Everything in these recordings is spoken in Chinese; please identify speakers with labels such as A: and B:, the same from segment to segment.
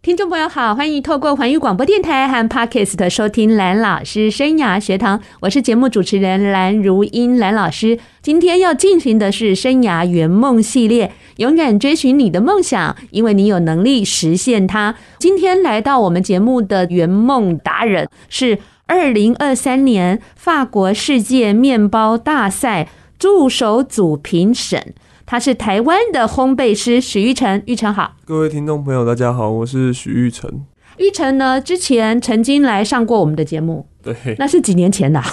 A: 听众朋友好，欢迎透过环宇广播电台和 Podcast 收听蓝老师生涯学堂，我是节目主持人蓝如英，蓝老师。今天要进行的是生涯圆梦系列，勇敢追寻你的梦想，因为你有能力实现它。今天来到我们节目的圆梦达人是二零二三年法国世界面包大赛助手组评审。他是台湾的烘焙师许玉成，玉成好。
B: 各位听众朋友，大家好，我是许玉成。
A: 玉成呢，之前曾经来上过我们的节目，
B: 对，
A: 那是几年前的啊、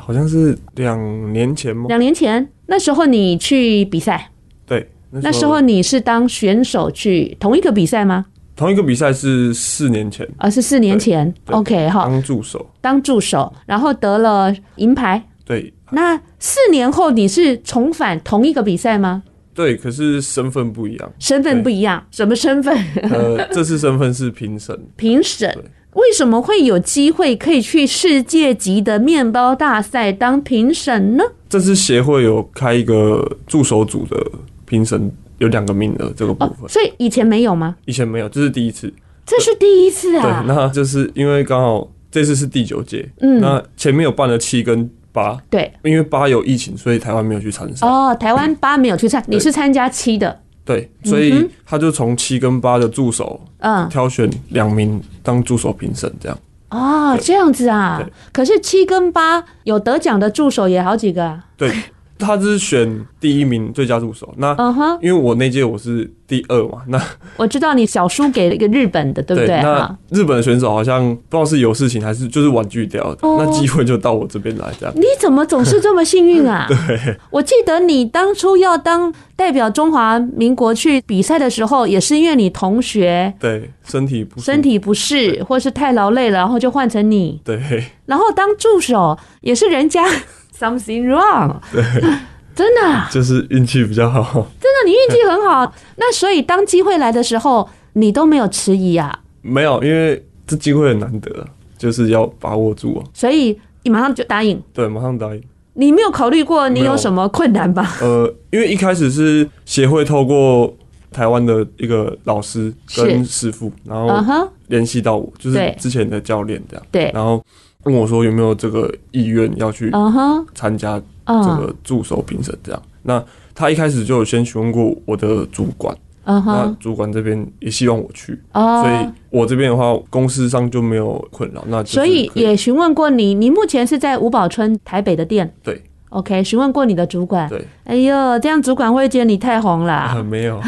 B: 好像是两年前吗？
A: 两年前。那时候你去比赛，
B: 对，
A: 那时候你是当选手去同一个比赛吗？
B: 同一个比赛是四年前，
A: 啊，是四年前。
B: 对
A: OK 哈，
B: 当助手，
A: 当助手，然后得了银牌。
B: 对
A: 那四年后你是重返同一个比赛吗？。
B: 对，可是身份不一样
A: 身份不一样，什么身份？
B: 呃， 这次身份是评审，
A: 评审
B: 对。
A: 为什么会有机会可以去世界级的面包大赛当评审呢？
B: 这次协会有开一个助手组的评审，有两个名额这个部
A: 哦，
B: 分，
A: 所以以前没有吗？
B: 以前没有，这是第一次。
A: 这是第一次
B: 对
A: 啊，。
B: 那就是因为刚好这次是第九届，
A: 嗯
B: 那前面有办了七跟八，
A: 对，
B: 因为八有疫情，所以台湾没有去参赛。
A: 哦，台湾八没有去参，你是参加七的，
B: 对，所以他就从七跟八的助手
A: 嗯，
B: 挑选两名当助手评审，这样。
A: 哦，这样子啊
B: 对。
A: 可是七跟八有得奖的助手也好几个啊，
B: 对，他是选第一名最佳助手。那
A: 嗯哼，
B: 因为我那届我是第二嘛，那
A: 我知道你小叔给了一个日本的，对不对
B: 那
A: 啊？
B: 日本的选手好像不知道是有事情还是就是婉拒掉的，
A: 哦
B: 那机会就到我这边来这样。
A: 你怎么总是这么幸运啊？ 对，我记得你当初要当代表中华民国去比赛的时候，也是因为你同学
B: 对，身体不舒
A: 身体不适，或是太劳累了，然后就换成你。
B: 对
A: 然后当助手也是人家 something wrong，对， 真的啊、
B: 就是运气比较好，
A: 真的，你运气很好。那所以当机会来的时候，你都没有迟疑啊，
B: 没有，因为这机会很难得，就是要把握住啊。
A: 所以你马上就答应。
B: 对，马上答应。
A: 你没有考虑过你
B: 没
A: 有
B: 有
A: 什么困难吧？
B: 呃，因为一开始是协会透过台湾的一个老师跟师傅，然
A: 嗯
B: 后
A: 哼，
B: 联系到我，就是
A: 对
B: 之前的教练这样，
A: 对，
B: 然后问我说有没有这个意愿要去
A: 嗯哼，
B: 参加这
A: 嗯
B: 个助手评审这样。那他一开始就有先询问过我的主管，
A: 嗯
B: 那
A: 哼，
B: 主管这边也希望我去，
A: 哦
B: 所以我这边的话，公司上就没有困扰，那就是
A: 所以
B: 可
A: 也询问过你，你目前是在五宝村台北的店
B: 对
A: ，OK？询问过你的主管，
B: 对
A: 哎呦，这样主管会觉得你太红了啊。
B: 啊没 有，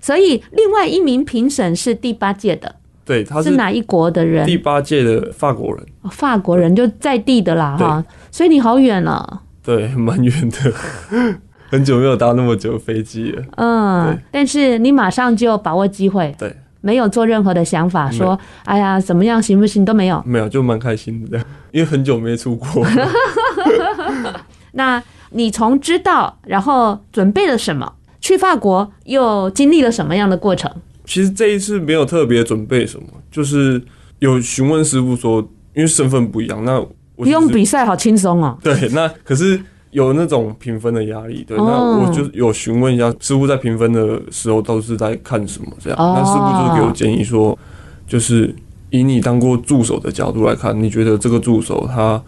A: 所以另外一名评审是第八届的，
B: 对他
A: 是
B: 是
A: 哪一国的人？
B: 第八届的法国人，
A: 哦法国人就在地的啦
B: 对
A: 哈，所以你好远哦了，
B: 对， 蛮远的，很久没有搭那么久的飞机了。
A: 嗯
B: 对，
A: 但是你马上就把握机会，
B: 对，
A: 没有做任何的想法，
B: 没
A: 说哎呀怎么样行不行都没有。
B: 没有，就蛮开心的， 因为很久没出国。
A: 那你从知道，然后准备了什么？去法国又经历了什么样的过程？
B: 其实这一次没有特别准备什么，就是有询问师傅说，因为身份不一样，那我
A: 不用
B: 其实
A: 比赛，好轻松哦。
B: 对，那可是有那种评分的压力，对，
A: 哦
B: 那我就有询问一下师傅在评分的时候都是在看什么这样，
A: 哦
B: 那师傅就是给我建议说，就是以你当过助手的角度来看，你觉得这个助手他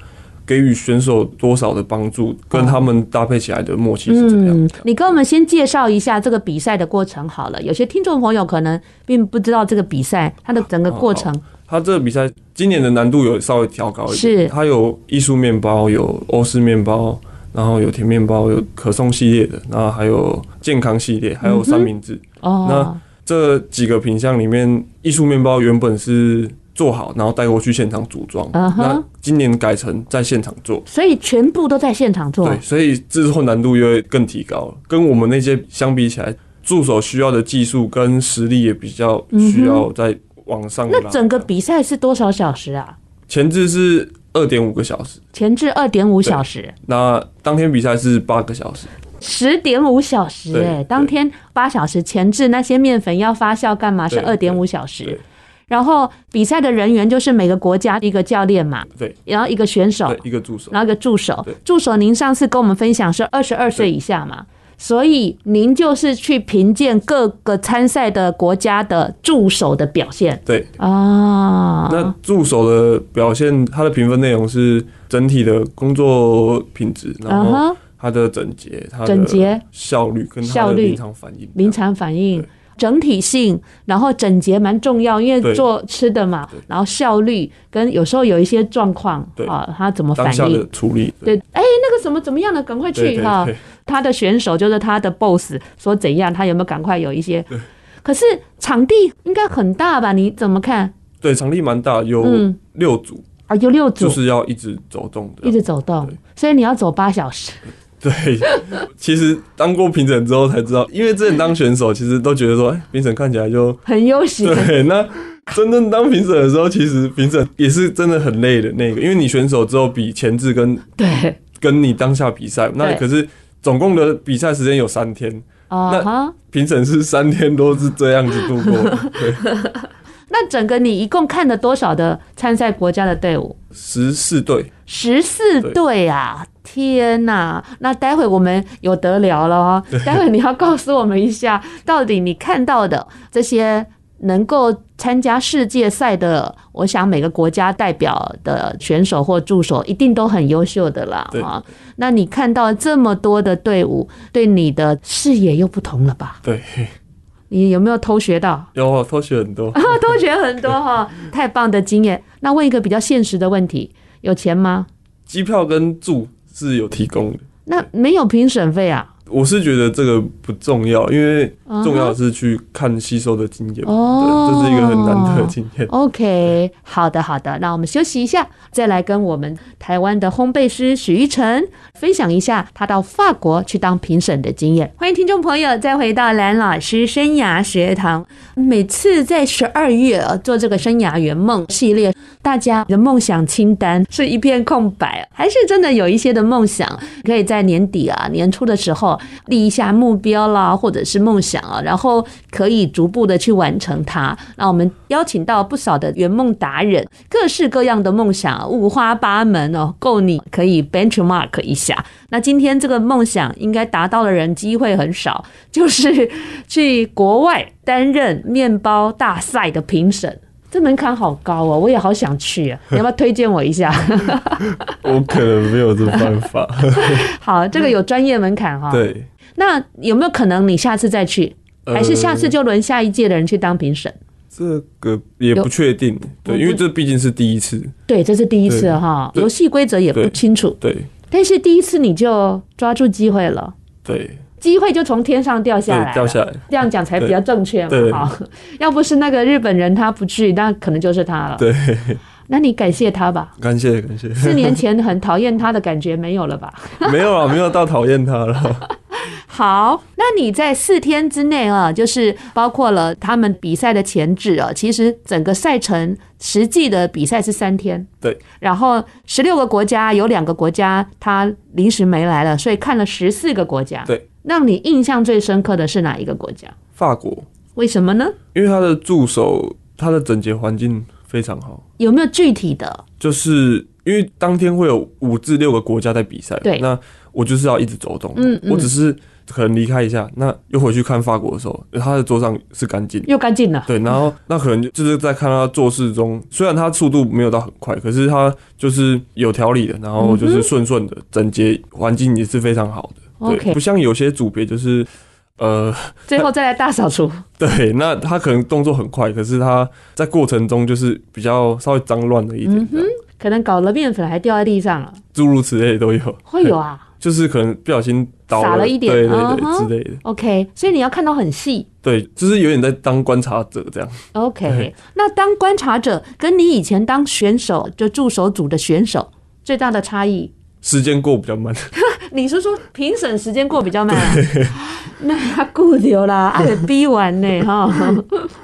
B: 给予选手多少的帮助，跟他们搭配起来的默契是怎么样？
A: 哦嗯，你跟我们先介绍一下这个比赛的过程好了。有些听众朋友可能并不知道这个比赛它的整个过程。
B: 他这个比赛今年的难度有稍微调高一点，
A: 是
B: 它有艺术面包，有欧式面包，然后有甜面包，有可颂系列的，然后还有健康系列，还有三明治。
A: 哦，
B: 这几个品相里面，艺术面包原本是做好，然后带过去现场组装。
A: 嗯哼
B: 那今年改成在现场做，
A: 所以全部都在现场做
B: 对，。所以之后难度又会更提高了。跟我们那些相比起来，助手需要的技术跟实力也比较需要在往上拉。
A: 那整个比赛是多少小时啊？
B: 前置是二点五个小时，
A: 前置二点五小时，
B: 那当天比赛是八个小时。
A: 十点五小时、
B: 对
A: 哎，
B: 对
A: 当天八小时前置，那些面粉要发酵干嘛？是
B: 对
A: 二点五小
B: 对
A: 时。然后比赛的人员就是每个国家一个教练嘛，
B: 对，
A: 然后一个选手
B: 对，，一个助手，
A: 然后一个助手
B: 对。
A: 助手，您上次跟我们分享是二十二岁以下嘛，所以您就是去评鉴各个参赛的国家的助手的表现
B: 对。
A: 啊。
B: 那助手的表现，他的评分内容是整体的工作品质，然
A: 嗯
B: 后
A: 哼，
B: 他的整洁、他
A: 整洁
B: 的效率跟他
A: 效
B: 的
A: 率
B: 临场反应。
A: 临场反应
B: 对、
A: 整体性，然后整洁蛮重要，因为
B: 对
A: 做吃的嘛
B: 对，
A: 然后效率跟有时候有一些状况
B: 对
A: 啊，他怎么
B: 当
A: 反
B: 下
A: 应
B: 的？处理，
A: 对，哎，那个什么怎么样的，赶快
B: 对
A: 去啊哈。
B: 对
A: 他的选手就是他的 boss 说怎样，他有没有赶快有一些？可是场地应该很大吧？你怎么看？
B: 对，场地蛮大，有
A: 嗯
B: 六组，
A: 啊，有六组、
B: 就是要一直走动的
A: 一。直走动
B: 对，
A: 所以你要走八小时。
B: 对， 其实当过评审之后才知道，因为之前当选手，其实都觉得说，哎，评审看起来就
A: 很悠闲，
B: 对，那真正当评审的时候，其实评审也是真的很累的那个，因为你选手之后比前置跟
A: 对
B: 跟你当下比赛，那
A: 对
B: 可是总共的比赛时间有三天，
A: 啊哈。
B: 评审是三天都是这样子度过 的，对，
A: 那整个你一共看了多少的参赛国家的队伍？
B: 十四队，
A: 十四队啊！天呐，那待会我们有得聊了哦。待会你要告诉我们一下，到底你看到的这些能够参加世界赛的，我想每个国家代表的选手或助手一定都很优秀的啦
B: 对
A: 啊。那你看到这么多的队伍，对你的视野又不同了吧？
B: 对，
A: 你有没有偷学到？
B: 有啊偷学很多，
A: 偷学很多哈、太棒的经验。那问一个比较现实的问题：有钱吗？
B: 机票跟住是有提供的。
A: 那没有评审费啊。
B: 我是觉得这个不重要，因为
A: 嗯哼
B: 重要的是去看吸收的经验嘛，
A: 哦
B: 对，这是一个很难得的经 验。
A: OK，好的好的，那我们休息一下，再来跟我们台湾的烘焙师许玉成分享一下他到法国去当评审的经验。欢迎听众朋友再回到蓝老师生涯学堂。每次在十二月呃做这个生涯圆梦系列，大家的梦想清单是一片空白，还是真的有一些的梦想可以在年底啊、年初的时候立一下目标啦，或者是梦想啊，然后可以逐步的去完成它。那我们邀请到不少的圆梦达人，各式各样的梦想五花八门哦，够你可以 benchmark 一下。那今天这个梦想应该达到的人机会很少，就是去国外担任面包大赛的评审。这门槛好高哦，我也好想去、 啊，你要不要推荐我一下？
B: 我可能没有这办法，
A: 好，这个有专业门槛哈、，
B: 对，
A: 那有没有可能你下次再去，还是下次
B: 呃
A: 就轮下一届的人去当评审？
B: 这个也
A: 有嗯
B: 不确定，对，
A: 不
B: 因为这毕竟是第一次，
A: 对，这是第一次哈，
B: 对
A: 游戏规则也不
B: 对
A: 清楚，
B: 对
A: 但是第一次你就抓住机会了，
B: 对
A: 机会就从天上掉下来
B: 对，
A: 了，
B: 掉下来，
A: 这样讲才比较正确
B: 对对
A: 嘛。哈， 要不是那个日本人他不去，那可能就是他了。
B: 对，
A: 那你感谢他吧。
B: 感谢感谢，
A: 四年前很讨厌他的感觉没有了吧？
B: 没有啊，没有到讨厌他了，
A: 好，那你在四天之内啊，就是包括了他们比赛的前置啊，其实整个赛程实际的比赛是三天。
B: 对。
A: 然后十六个国家有两个国家他临时没来了，所以看了十四个国家。
B: 对。
A: 让你印象最深刻的是哪一个国家？
B: 法国，
A: 为什么呢？
B: 因为他的助手，他的整洁环境非常好，
A: 有没有具体的？
B: 就是因为当天会有五至六个国家在比赛，
A: 对
B: 那我就是要一直走动，
A: 嗯嗯
B: 我只是可能离开一下，那又回去看法国的时候，他的桌上是干净的。
A: 又干净 了。
B: 对，然后那可能就是在看他做事中，虽然他速度没有到很快，可是他就是有条理的，然后
A: 嗯
B: 就是顺顺的，整洁环境也是非常好的。对
A: OK
B: 不像有些组别就是，呃，
A: 最后再来大扫除。
B: 对，那他可能动作很快，可是他在过程中就是比较稍微脏乱了一
A: 嗯
B: 点，这样
A: 可能搞了面粉还掉在地上了，
B: 诸如此类都有，
A: 会有啊。
B: 就是可能不小心倒
A: 洒了一点
B: 对对
A: 嗯
B: 对、
A: 哼
B: 之类的，
A: OK，所以你要看到很细。
B: 对，就是有点在当观察者这样。
A: OK，
B: 对
A: 那当观察者跟你以前当选手就助手组的选手最大的差异，
B: 时间过比较慢，
A: 你是说评审时间过比较慢、啊？ 那他顾流啦，还得逼完呢哈。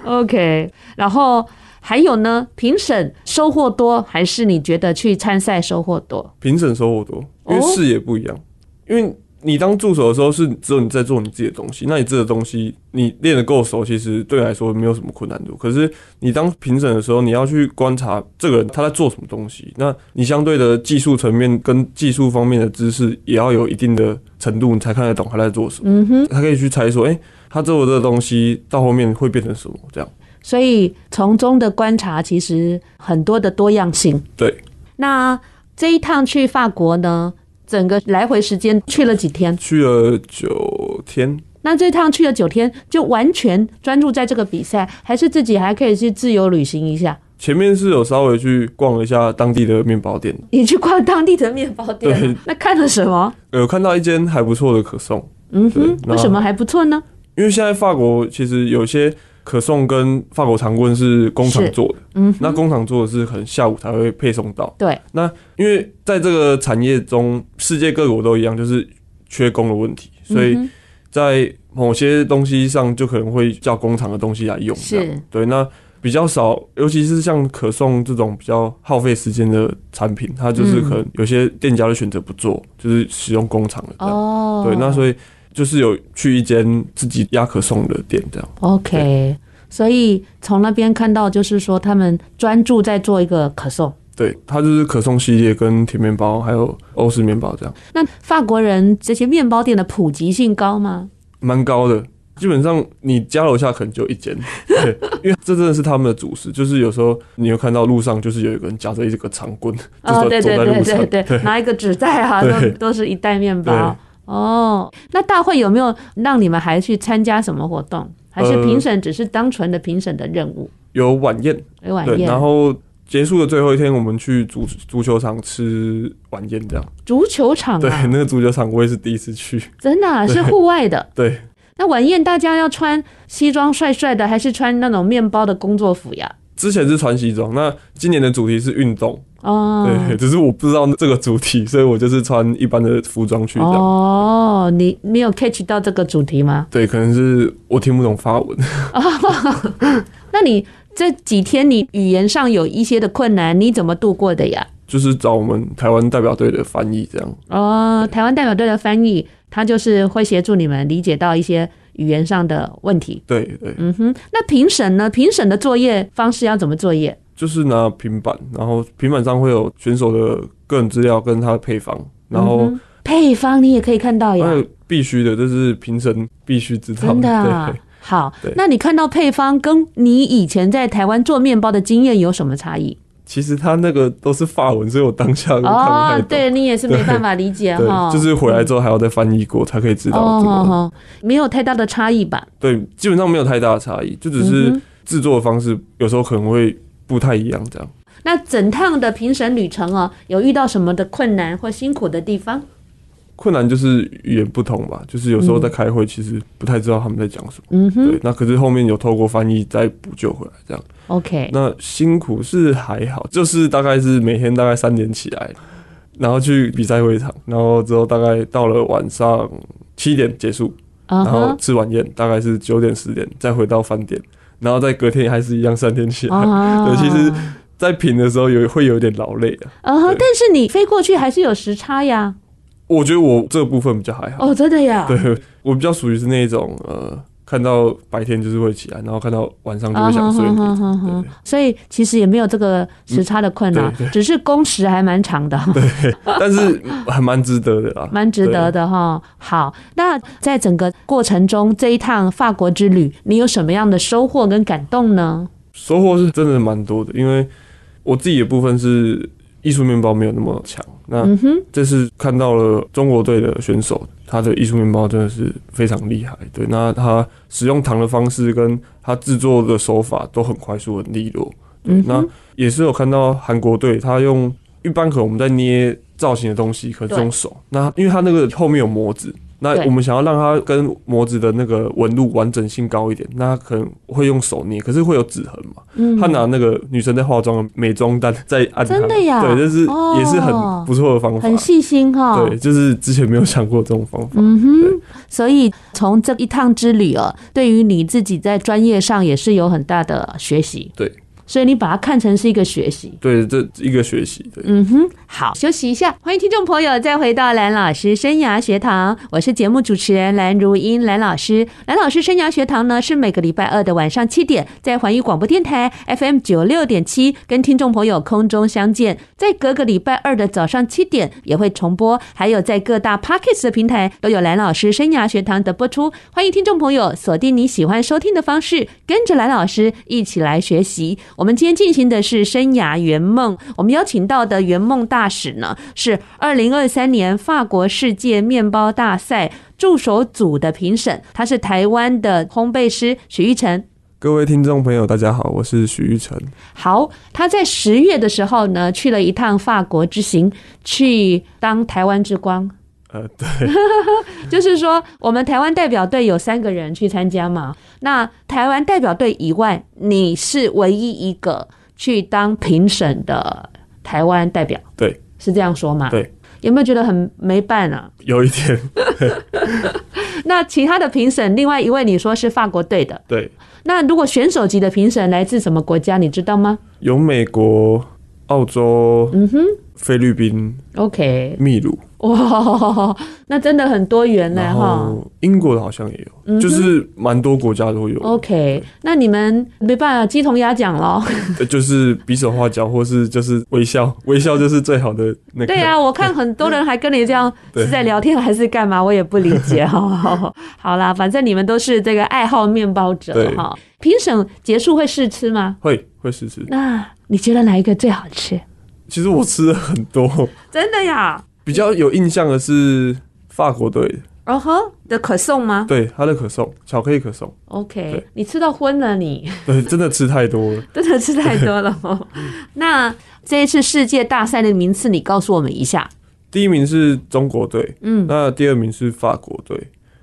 A: OK，然后还有呢，评审收获多还是你觉得去参赛收获多？
B: 评审收获多，因为
A: 哦
B: 视野不一样，因为你当助手的时候是只有你在做你自己的东西，那你这个东西你练得够熟，其实对你来说没有什么困难度。可是你当评审的时候，你要去观察这个人他在做什么东西，那你相对的技术层面跟技术方面的知识也要有一定的程度，你才看得懂他在做什么，
A: 嗯哼，
B: 他可以去猜说，哎、他做的这个东西到后面会变成什么这样。
A: 所以从中的观察其实很多的多样性。
B: 对，
A: 那这一趟去法国呢，整个来回时间去了几天？
B: 去了九天，
A: 那这趟去了九天，就完全专注在这个比赛，还是自己还可以去自由旅行一下？
B: 前面是有稍微去逛了一下当地的面包店，
A: 你去逛当地的面包店
B: 对，
A: 那看了什么？
B: 有看到一间还不错的可颂。
A: 嗯
B: 对
A: 哼，
B: 那
A: 为什么还不错呢？
B: 因为现在法国其实有些可颂跟法国长棍是工厂
A: 是
B: 做的，
A: 嗯
B: 那工厂做的是可能下午才会配送到。
A: 对，
B: 那因为在这个产业中，世界各国都一样，就是缺工的问题，所以
A: 嗯
B: 在某些东西上就可能会叫工厂的东西来用。
A: 是
B: 这样对，那比较少，尤其是像可颂这种比较耗费时间的产品，它就是
A: 嗯
B: 可能有些店家就选择不做，就是使用工厂的这
A: 哼
B: 样。
A: 哦，
B: 对，那所以就是有去一间自己压可颂的店这样。
A: OK，所以从那边看到就是说他们专注在做一个可颂。
B: 对，它就是可颂系列跟甜面包，还有欧式面包这样，
A: 那法国人这些面包店的普及性高吗？
B: 蛮高的。基本上你家楼下可能就 一间，对，因为这真的是他们的主食。就是有时候你有看到路上就是有一个人夹着一个长棍，就
A: 哦，
B: 走
A: 对
B: 走
A: 对
B: 在路
A: 对
B: 上，
A: 对对，拿一个纸袋啊，
B: 对
A: 都都是一袋面包
B: 对。
A: 哦，那大会有没有让你们还去参加什么活动？还是
B: 呃
A: 评审只是单纯的评审的任务？
B: 有晚宴，
A: 委婉
B: 对，
A: 宴，
B: 然后结束的最后一天，我们去足足球场吃晚宴这样。
A: 足球场
B: 对，
A: 啊，
B: 那个足球场我也是第一次去，
A: 真的啊是
B: 对
A: 户外的。
B: 对，
A: 那晚宴大家要穿西装帅帅的，还是穿那种面包的工作服呀？
B: 之前是穿西装，那今年的主题是运动，
A: 哦，
B: 对， 只是我不知道这个主题，所以我就是穿一般的服装去这样。
A: 哦，你没有 catch 到这个主题吗？
B: 对，可能是我听不懂法文，
A: 那你这几天你语言上有一些的困难，你怎么度过的呀？
B: 就是找我们台湾代表队的翻译这样。
A: 哦，台湾代表队的翻译，他就是会协助你们理解到一些语言上的问题。
B: 对对，
A: 嗯哼，那评审呢？评审的作业方式要怎么作业？
B: 就是拿平板，然后平板上会有选手的个人资料跟他的配方，然后哎
A: 嗯哼配方你也可以看到呀，
B: 还有必须的，这是评审必须知道
A: 真的啊
B: 对，。
A: 好
B: 对，
A: 那你看到配方跟你以前在台湾做面包的经验有什么差异？
B: 其实他那个都是法文，所以我当下都看不太懂。
A: 哦对你也是没办法理解哈，
B: 对，就是回来之后还要再翻译过，才可以知道
A: 哦
B: 这个。
A: 哦哦，没有太大的差异吧？
B: 对，基本上没有太大的差异，就只
A: 嗯
B: 是
A: 哼
B: 制作的方式有时候可能会不太一样这样。
A: 那整趟的评审旅程哦，有遇到什么的困难或辛苦的地方？
B: 困难就是语言不通吧，就是有时候在开会，其实不太知道他们在讲什么。
A: 嗯哼
B: 对，那可是后面有透过翻译再补救回来，这样。
A: ，OK，
B: 那辛苦是还好，就是大概是每天大概三点起来，然后去比赛会场，然后之后大概到了晚上七点结束，
A: 啊
B: 然后
A: 哈，
B: 吃晚宴，大概是九点十点再回到饭店，然后再隔天还是一样三点起来。
A: 啊
B: 对其实在品的时候有会有点劳累啊，
A: 啊哈
B: 对，
A: 但是你飞过去还是有时差呀。
B: 我觉得我这部分比较还好。
A: 哦，真的呀。
B: 对我比较属于是那一种呃，看到白天就是会起来，然后看到晚
A: 嗯
B: 上就会想睡。
A: 哈哈
B: 对
A: 哈
B: 对
A: 嗯所以其实也没有这个时差的困扰
B: 嗯对，
A: 只是工时还蛮长 的，
B: 但是还蛮值得的啦，
A: 嗯蛮值得的哈。好，那在整个过程中，这一趟法国之旅，你有什么样的收获跟感动呢？
B: 收获是真的蛮多的，因为我自己的部分是艺术面包没有那么强，那
A: 嗯哼，
B: 这次看到了中国队的选手，他的艺术面包真的是非常厉害。对，那他使用糖的方式跟他制作的手法都很快速、很利落。对，
A: 嗯
B: 那
A: 哼，
B: 也是有看到韩国队，他用一般可能我们在捏造型的东西，可能是用手。那因为他那个后面有模子，那
A: 对
B: 我们想要让它跟模子的那个纹路完整性高一点，那他可能会用手捏，可是会有指痕嘛。
A: 嗯哦
B: 他拿那个女生在化妆的美妆蛋 在按它，
A: 真的呀
B: 对，这是
A: 哦
B: 也是很不错的方法
A: 很。细心哈、
B: 对，就是之前没有想过这种方法。
A: 嗯哼，所以从呃这一趟之旅哦，对于你自己在专业上也是有很大的学习。
B: 对，
A: 所以你把它看成是一个学习。
B: 对，这一个学习对。
A: 嗯哼，好，休息一下，欢迎听众朋友再回到蓝老师生涯学堂，我是节目主持人蓝如英，蓝老师。蓝老师生涯学堂呢是每个礼拜二的晚上七点，在环宇广播电台 FM 九六点七跟听众朋友空中相见，在隔个礼拜二的早上七点也会重播，还有在各大 Pockets 的平台都有蓝老师生涯学堂的播出，欢迎听众朋友锁定你喜欢收听的方式，跟着蓝老师一起来学习。我们今天进行的是生涯圆梦，我们邀请到的圆梦大使呢是二零二三年法国世界面包大赛助手组的评审，他是台湾的烘焙师许玉成。
B: 各位听众朋友，大家好，我是许玉成。
A: 好，他在十月的时候呢去了一趟法国之行，去当台湾之光。
B: 呃，对，
A: 就是说，我们台湾代表队有三个人去参加嘛。那台湾代表队以外，你是唯一一个去当评审的台湾代表，
B: 对，
A: 是这样说吗？
B: 对，
A: 有没有觉得很没办啊？
B: 有一点，
A: 那其他的评审，另外一位你说是法国队的，
B: 对，
A: 那如果选手级的评审来自什么国家，你知道吗
B: 有美国、澳洲、嗯哼、菲律宾、
A: ？OK，
B: 秘鲁，
A: 哇，那真的很多元呢
B: 然
A: 哈。
B: 后英国的好像也
A: 嗯
B: 有，就是蛮多国家都有，
A: 哦 OK，那你们没办法鸡同鸭讲喽。
B: 呃 就是比手画脚，或是就是微笑， 微笑就是最好的那 个。
A: 对啊，我看很多人还跟你这样
B: 对
A: 是在聊天还是干嘛，我也不理解 哈。好啦，反正你们都是这个爱好面包者
B: 对
A: 哈。评审结束会试吃吗？
B: 会会试吃。
A: 那你觉得哪一个最好吃？
B: 其实我吃了很多，
A: 真的呀？
B: 比较有印象的是法国队的，
A: 哦吼，的可颂吗
B: 对它的可颂，巧克力可颂，
A: ？OK，
B: 对
A: 你吃到昏了你，
B: 对，真的吃太多了。
A: 真的吃太多了 哦。那这一次世界大赛的名次，你告诉我们一下。
B: 第一名是中国队，
A: 嗯
B: 那第二名是法国队，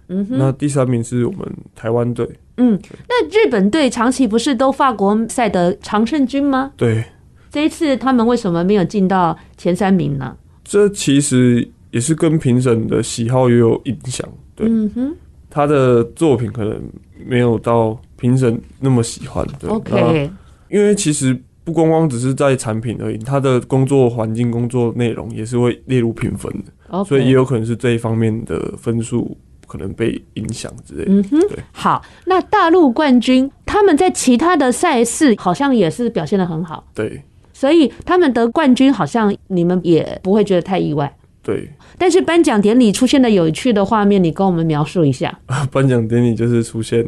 A: 嗯哼，
B: 那第三名是我们台湾队，
A: 嗯，那日本队长期不是都法国赛的常胜军吗？
B: 对，
A: 这一次他们为什么没有进到前三名呢？
B: 这其实也是跟评审的喜好也有影响，对，
A: 嗯哼
B: 他的作品可能没有到评审那么喜欢，对那
A: ，OK，
B: 因为其实不光光只是在产品而已，他的工作环境、工作内容也是会列入评分的，
A: OK，
B: 所以也有可能是这一方面的分数可能被影响之类的。
A: 嗯哼
B: 对，
A: 好，那大陆冠军他们在其他的赛事好像也是表现得很好，
B: 对
A: 所以他们得冠军好像你们也不会觉得太意外。
B: 对，
A: 但是颁奖典礼出现的有趣的画面，你跟我们描述一下。
B: 颁奖典礼就是出现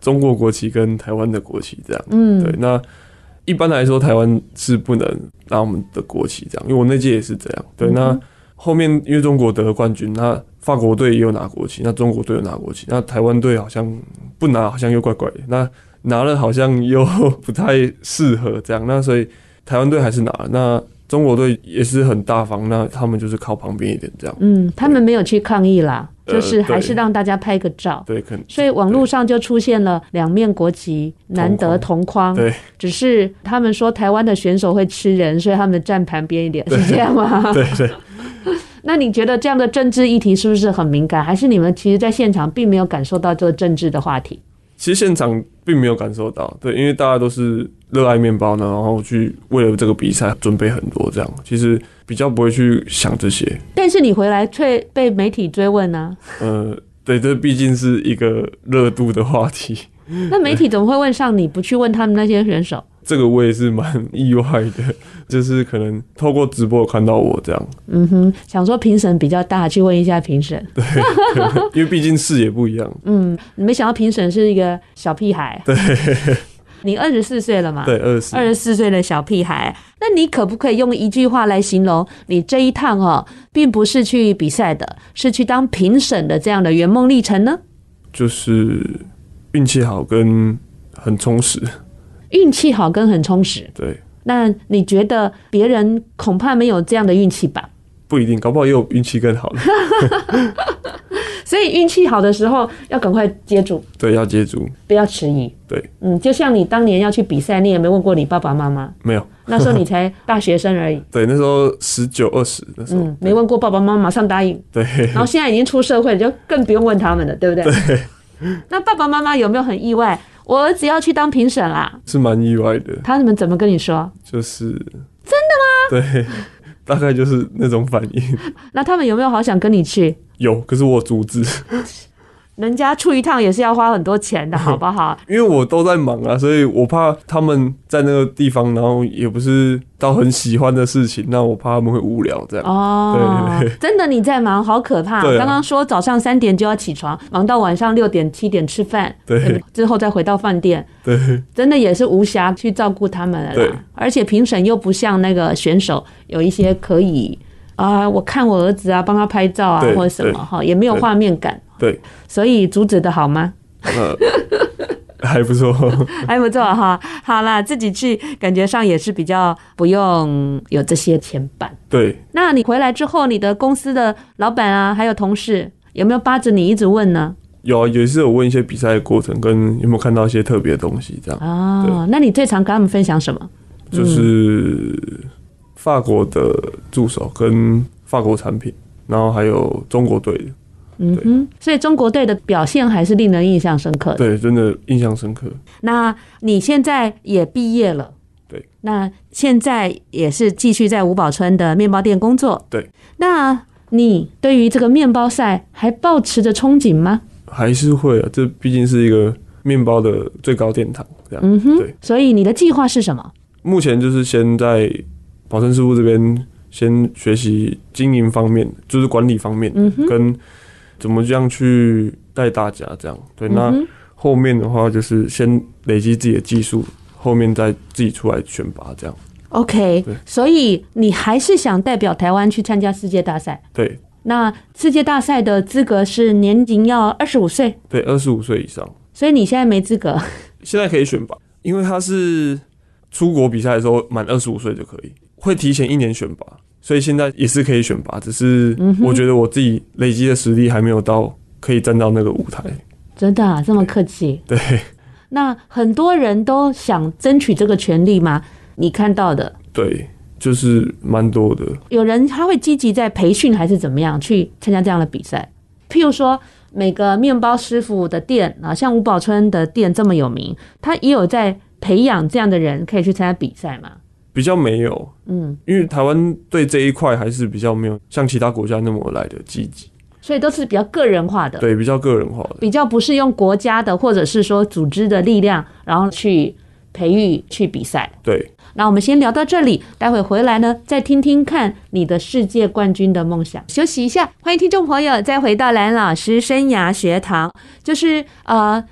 B: 中国国旗跟台湾的国旗这样。对
A: 嗯，，
B: 那一般来说台湾是不能拿我们的国旗这样，因为我那届也是这样。对，嗯那后面因为中国得了冠军，那法国队也有拿国旗，那中国队有拿国旗，那台湾队好像不拿，好像又怪怪的，那拿了好像又不太适合这样，那所以台湾队还是拿了，那中国队也是很大方，那他们就是靠旁边一点这样。
A: 嗯，他们没有去抗议啦，
B: 呃
A: 就是还
B: 对
A: 是让大家拍个照。
B: 对，可能
A: 所以网络上就出现了两面国旗难得同框，
B: 对，
A: 只是他们说台湾的选手会吃人，所以他们的站旁边一点，是这样 吗？
B: 对对，
A: 那你觉得这样的政治议题是不是很敏感？还是你们其实在现场并没有感受到这个政治的话题？
B: 其实现场并没有感受到，对，因为大家都是热爱面包呢，然后去为了这个比赛准备很多，这样其实比较不会去想这些。
A: 但是你回来却被媒体追问呢、
B: 呃，对，这毕竟是一个热度的话题，
A: 那媒体怎么会问上你，不去问他们那些选手？
B: 这个我也是蛮意外的，就是可能透过直播有看到我这样，
A: 嗯哼，想说评审比较大，去问一下评审。
B: 因为毕竟视野不一样。
A: 嗯，没想到评审是一个小屁孩。对，你二十四岁了嘛？
B: 对，二十
A: 二十四岁的小屁孩，那你可不可以用一句话来形容你这一趟哦，并不是去比赛的，是去当评审的这样的圆梦历程呢？
B: 就是运气好跟很充实，
A: 运气好跟很充实，
B: 对，
A: 那你觉得别人恐怕没有这样的运气吧？
B: 不一定，搞不好也有运气 更好的。
A: 所以运气好的时候要赶快接住，
B: 对，要接住，
A: 不要迟疑。
B: 对，
A: 嗯，就像你当年要去比赛，你也没问过你爸爸妈妈，
B: 没有，
A: 那时候你才大学生 而已，
B: 对，那时候十九二十，那时候、
A: 嗯，没问过爸爸妈妈，马上答应。
B: 对，
A: 然后现在已经出社会了，就更不用问他们了，对不对？那爸爸妈妈有没有很意外？我儿子要去当评审啦。
B: 是蛮意外的，
A: 他们怎么跟你说？
B: 就是真的吗？对，大概就是那种反应。
A: 那他们有没有好想跟你去？
B: 有，可是我阻止，
A: 人家出一趟也是要花很多钱的，好不好？
B: 因为我都在忙啊，所以我怕他们在那个地方，然后也不是到很喜欢的事情，那我怕他们会无聊这样。
A: 哦，
B: 对
A: 真的你在忙，好可怕！
B: 对啊
A: 刚刚说早上三点就要起床，忙到晚上六点七点吃饭，
B: 对
A: 之后再回到饭店，
B: 对
A: 真的也是无暇去照顾他们了
B: 对
A: 啦。而且评审又不像那个选手有一些可以啊，我看我儿子啊，帮他拍照啊
B: 对
A: 或者什么
B: 对
A: 哈，也没有
B: 对
A: 画面感，
B: 对，
A: 所以阻止的好吗？
B: 呃，还不错，
A: 还不错哈，好啦，自己去感觉上也是比较不用有这些牵绊。
B: 对，
A: 那你回来之后，你的公司的老板啊，还有同事有没有扒着你一直问呢？
B: 有啊，也是有问一些比赛的过程，跟有没有看到一些特别的东西，这样、
A: 哦，那你最常跟他们分享什么？
B: 就是法国的助手跟法国产品，然后还有中国队的，
A: 嗯哼，所以中国队的表现还是令人印象深刻的。
B: 对，真的印象深刻。
A: 那你现在也毕业了，
B: 对，
A: 那现在也是继续在五宝村的面包店工作，
B: 对。
A: 那你对于这个面包赛还抱持着憧憬吗？
B: 还是会啊，这毕竟是一个面包的最高殿堂，这样。
A: 嗯哼，
B: 对
A: 所以你的计划是什么？
B: 目前就是先在宝生师傅这边先学习经营方面，就是管理方面的，
A: 嗯哼
B: 跟怎么这样去带大家这样。对，那
A: 嗯哼
B: 后面的话就是先累积自己的技术，后面再自己出来选拔这样。
A: OK，
B: 对
A: 所以你还是想代表台湾去参加世界大赛？
B: 对
A: 那世界大赛的资格是年龄要二十五岁，
B: 对，二十五岁以上，
A: 所以你现在没资格。
B: 现在可以选拔，因为他是出国比赛的时候满二十五岁就可以，会提前一年选拔，所以现在也是可以选拔，只是
A: 嗯哼
B: 我觉得我自己累积的实力还没有到可以站到那个舞台。
A: 真的、啊、这么客气？
B: 对，
A: 那很多人都想争取这个权利吗？你看到的，
B: 对，就是蛮多的。
A: 有人他会积极在培训还是怎么样去参加这样的比赛？譬如说，每个面包师傅的店啊，像吴宝春的店这么有名，他也有在培养这样的人可以去参加比赛嘛？
B: 比较没有，
A: 嗯，
B: 因为台湾对这一块还是比较没有像其他国家那么来的积极，
A: 所以都是比较个人化的。
B: 对，比较个人化的，
A: 比较不是用国家的或者是说组织的力量，然后去培育去比赛。
B: 对，
A: 那我们先聊到这里，待会回来呢再听听看你的世界冠军的梦想。休息一下，欢迎听众朋友再回到蓝老师生涯学堂。就是呃，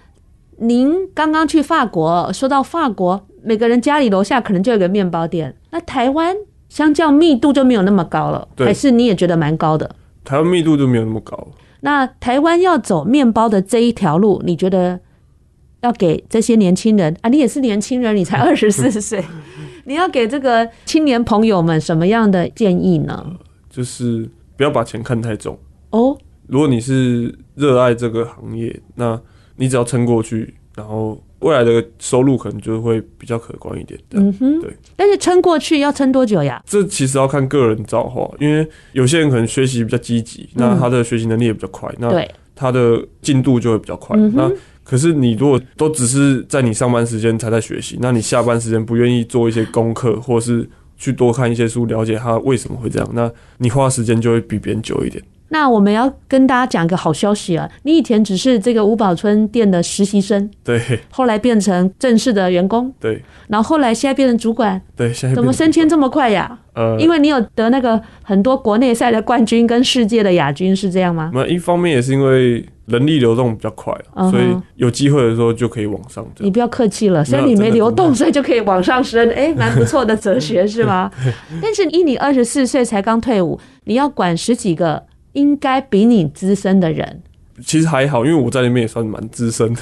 A: 您刚刚去法国，说到法国，每个人家里楼下可能就有个面包店，那台湾相较密度就没有那么高了，
B: 对
A: 还是你也觉得蛮高的？
B: 台湾密度就没有那么高。
A: 那台湾要走面包的这一条路，你觉得要给这些年轻人啊？你也是年轻人， 你才二十四岁，你要给这个青年朋友们什么样的建议呢？
B: 就是不要把钱看太重。
A: 哦，
B: 如果你是热爱这个行业，那你只要撑过去，然后未来的收入可能就会比较可观一点。这样
A: 嗯哼，
B: 对。
A: 但是撑过去要撑多久呀？
B: 这其实要看个人造化，因为有些人可能学习比较积极，那他的学习能力也比较快，那
A: 嗯对，
B: 他的进度就会比较快。
A: 嗯哼
B: 那可是你如果都只是在你上班时间才在学习，那你下班时间不愿意做一些功课，或是去多看一些书，了解他为什么会这样，那你花的时间就会比别人久一点。
A: 那我们要跟大家讲个好消息啊！你以前只是这个五宝村店的实习生，
B: 对
A: 后来变成正式的员工，
B: 对
A: 然后后来现在变成主管，
B: 对，现在
A: 怎么
B: 变
A: 升迁这么快呀？
B: 呃
A: 因为你有得那个很多国内赛的冠军跟世界的亚军，是这样吗？
B: 那一方面也是因为人力流动比较快
A: 啊
B: 啊、
A: 嗯哼
B: 所以有机会的时候就可以往上这
A: 你
B: 样。
A: 不要客气了，所以你没流动，所以就可以往上升，哎，蛮不错 的哲学是吗？但是以你二十四岁才刚退伍，你要管十几个应该比你资深的 人，
B: 其实还好，因为我在那边也算蛮资深的，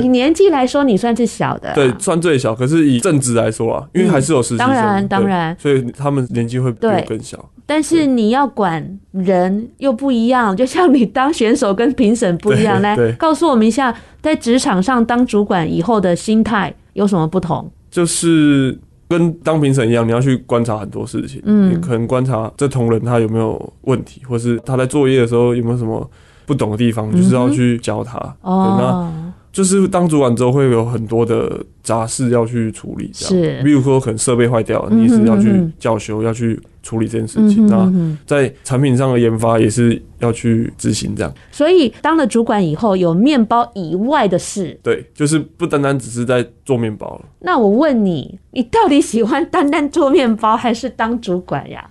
A: 以年纪来说，你算是小的啊、嗯
B: 对，算最小。可是以正职来说啊，因为还是有实习生、
A: 当然
B: 对
A: 当然，啊
B: 所以他们年纪会比我
A: 对
B: 更小。
A: 但是你要管人又不一样，就像你当选手跟评审不一样。
B: 对
A: 来
B: 对
A: 告诉我们一下，在职场上当主管以后的心态有什么不同？
B: 就是跟当评审一样，你要去观察很多事情，
A: 嗯
B: 你可能观察这同仁他有没有问题，
A: 嗯
B: 或是他在作业的时候有没有什么不懂的地方，就是要去教他。对，那
A: 哦，
B: 就是当主管之后会有很多的杂事要去处理，这样，
A: 是
B: 比如说可能设备坏掉了，
A: 嗯哼
B: 你是要
A: 嗯
B: 去
A: 哼
B: 校修，要去处理这件事
A: 嗯
B: 情。
A: 哼
B: 那
A: 嗯哼
B: 在产品上的研发也是要去执行，这样。
A: 所以当了主管以后，有面包以外的事。
B: 对，就是不单单只是在做面包了。
A: 那我问你，你到底喜欢单单做面包，还是当主管呀？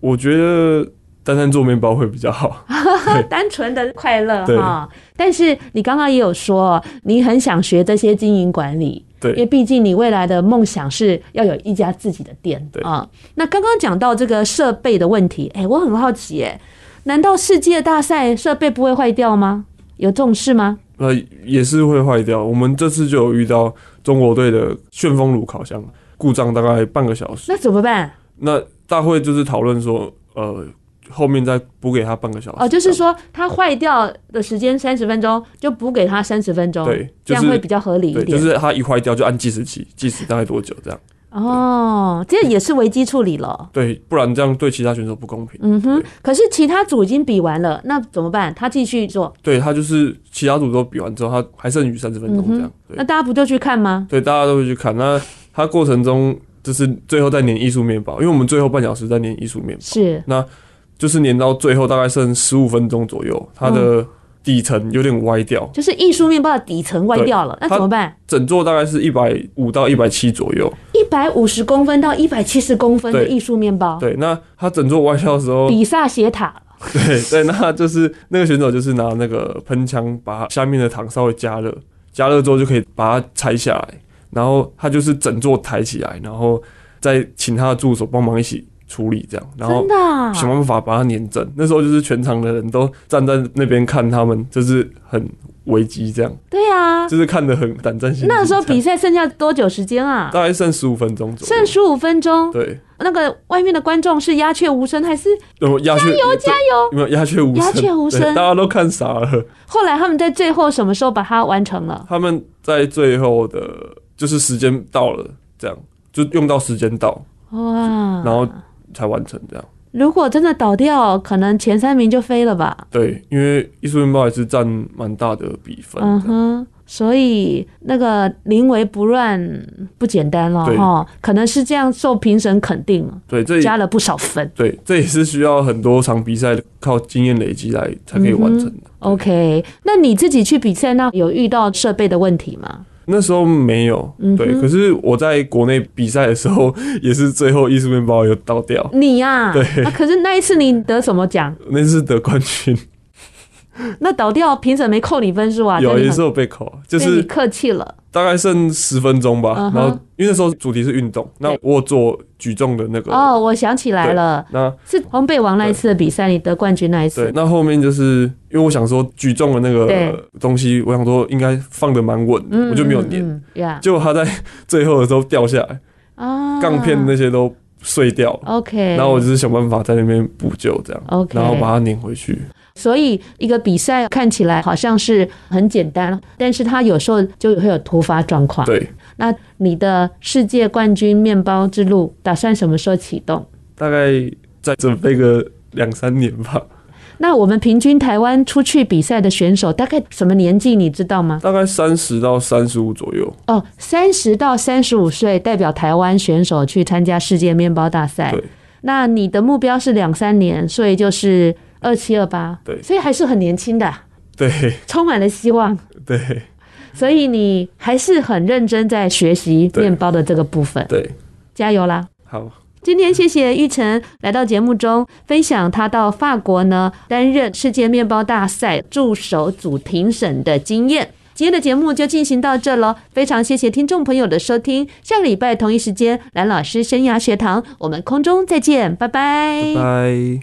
B: 我觉得单单做面包会比较好。
A: 啊 单纯的快乐
B: 对
A: 哈。但是你刚刚也有说，你很想学这些经营管理，因为
B: 对，
A: 毕竟你未来的梦想是要有一家自己的店
B: 对
A: 啊、那刚刚讲到这个设备的问题，哎、我很好奇、哎，难道世界大赛设备不会坏掉吗？有重视吗？
B: 那也是会坏掉。我们这次就有遇到中国队的旋风炉烤箱故障，大概半个小时。
A: 那怎么办？
B: 那大会就是讨论说，呃，后面再补给他半个小时。
A: 哦，就是
B: 这样，
A: 说它坏掉的时间三十分钟，就补给它三十分钟，
B: 对
A: 这
B: 就是
A: 样会比较合理一
B: 对，
A: 点。
B: 就是它一坏掉就按计时器，计时大概多久这样？
A: 哦，这也是危机处理了。
B: 对，不然这样对其他选手不公平。
A: 嗯哼
B: 对，
A: 可是其他组已经比完了，那怎么办？他继续做，
B: 对他就是其他组都比完之后，他还剩余三十分钟这样。
A: 那
B: 对
A: 大家不就去看吗？
B: 对，大家都会去看。那他过程中就是最后在粘艺术面包，因为我们最后半小时在粘艺术面包。
A: 是，
B: 就是粘到最后大概剩十五分钟左右，它的底层有点歪掉，
A: 就是艺术面包的底层歪掉了，那
B: 它
A: 怎么办？
B: 整座大概是一百五到一百七左右。
A: 一百五十公分到一百七十公分的
B: 对
A: 艺术面包，
B: 对，那它整座歪掉的时候，
A: 比萨斜塔。
B: 对对，那就是那个选手就是拿那个喷枪把下面的糖稍微加热，加热之后就可以把它拆下来，然后他就是整座抬起来，然后再请他的助手帮忙一起处理这样，然后
A: 真的啊、
B: 想办法把它粘正。那时候就是全场的人都站在那边看他们，就是很危机这样。
A: 对啊。
B: 就是看得很胆战心惊。
A: 那时候比
B: 这
A: 赛
B: 样
A: 剩下多久时间啊？
B: 大概剩十五分钟左右，
A: 剩十五分钟，
B: 对，
A: 那个外面的观众是鸦雀无声，还是
B: 然后鸦雀加油加油，没有鸦雀无声，
A: 鸦雀无声
B: 对大家都看傻了。
A: 后来他们在最后什么时候把它完成了？
B: 他们在最后的，就是时间到了，这样就用到时间到，
A: 哇！
B: 然后才完成这样。
A: 如果真的倒掉，可能前三名就飞了吧？
B: 对，因为艺术面包也是占蛮大的比分
A: 嗯
B: 这样，
A: 哼，所以那个临危不乱不简单了
B: 对
A: 哈，可能是这样受评审肯定了，
B: 对，这也
A: 加了不少分。
B: 对，这也是需要很多场比赛靠经验累积来才可以完成的。
A: 嗯 OK，那你自己去比赛，那有遇到设备的问题吗？
B: 那时候没有，
A: 嗯哼
B: 对，可是我在国内比赛的时候，也是最后艺术面包有倒掉，
A: 你呀、
B: 对
A: 啊可是那一次你得什么奖？
B: 那次得冠军，
A: 那倒掉评审没扣你分数啊？
B: 有
A: 真
B: 也
A: 的
B: 是
A: 很
B: 有被扣，就
A: 对你
B: 是
A: 客气了。
B: 大概剩十分钟吧
A: 嗯。哼
B: 然后因为那时候主题是运动，那我有做举重的那个，
A: 哦，我想起来了，
B: 那
A: 是烘焙王那一次的比赛，你得冠军那一
B: 对
A: 次，。
B: 那后面就是因为我想说举重的那
A: 对
B: 个东西，我想说应该放的蛮稳的，我就没有粘。
A: 嗯嗯呀
B: 结果它在最后的时候掉下来，
A: 啊
B: 杠片那些都碎掉了。
A: 哦 OK，
B: 然后我就是想办法在那边补救，这样
A: OK
B: 然后把它粘回去。
A: 所以一个比赛看起来好像是很简单，但是它有时候就会有突发状况。
B: 对，
A: 那你的世界冠军面包之路打算什么时候启动？
B: 大概再准备个两三年吧，
A: 那我们平均台湾出去比赛的选手大概什么年纪，你知道吗？
B: 大概三十到三十五左右。
A: 哦，三十到三十五岁代表台湾选手去参加世界面包大赛
B: 对。
A: 那你的目标是两三年，所以就是二七二八，
B: 对
A: 所以还是很年轻的，
B: 对
A: 充满了希望。
B: 对
A: 所以你还是很认真在学习面包的这个部分，
B: 对，
A: 加油啦！
B: 好，
A: 今天谢谢玉成来到节目中分享他到法国呢担任世界面包大赛助手组评审的经验。今天的节目就进行到这喽，非常谢谢听众朋友的收听。下个礼拜同一时间，蓝老师生涯学堂，我们空中再见，拜拜
B: 拜拜。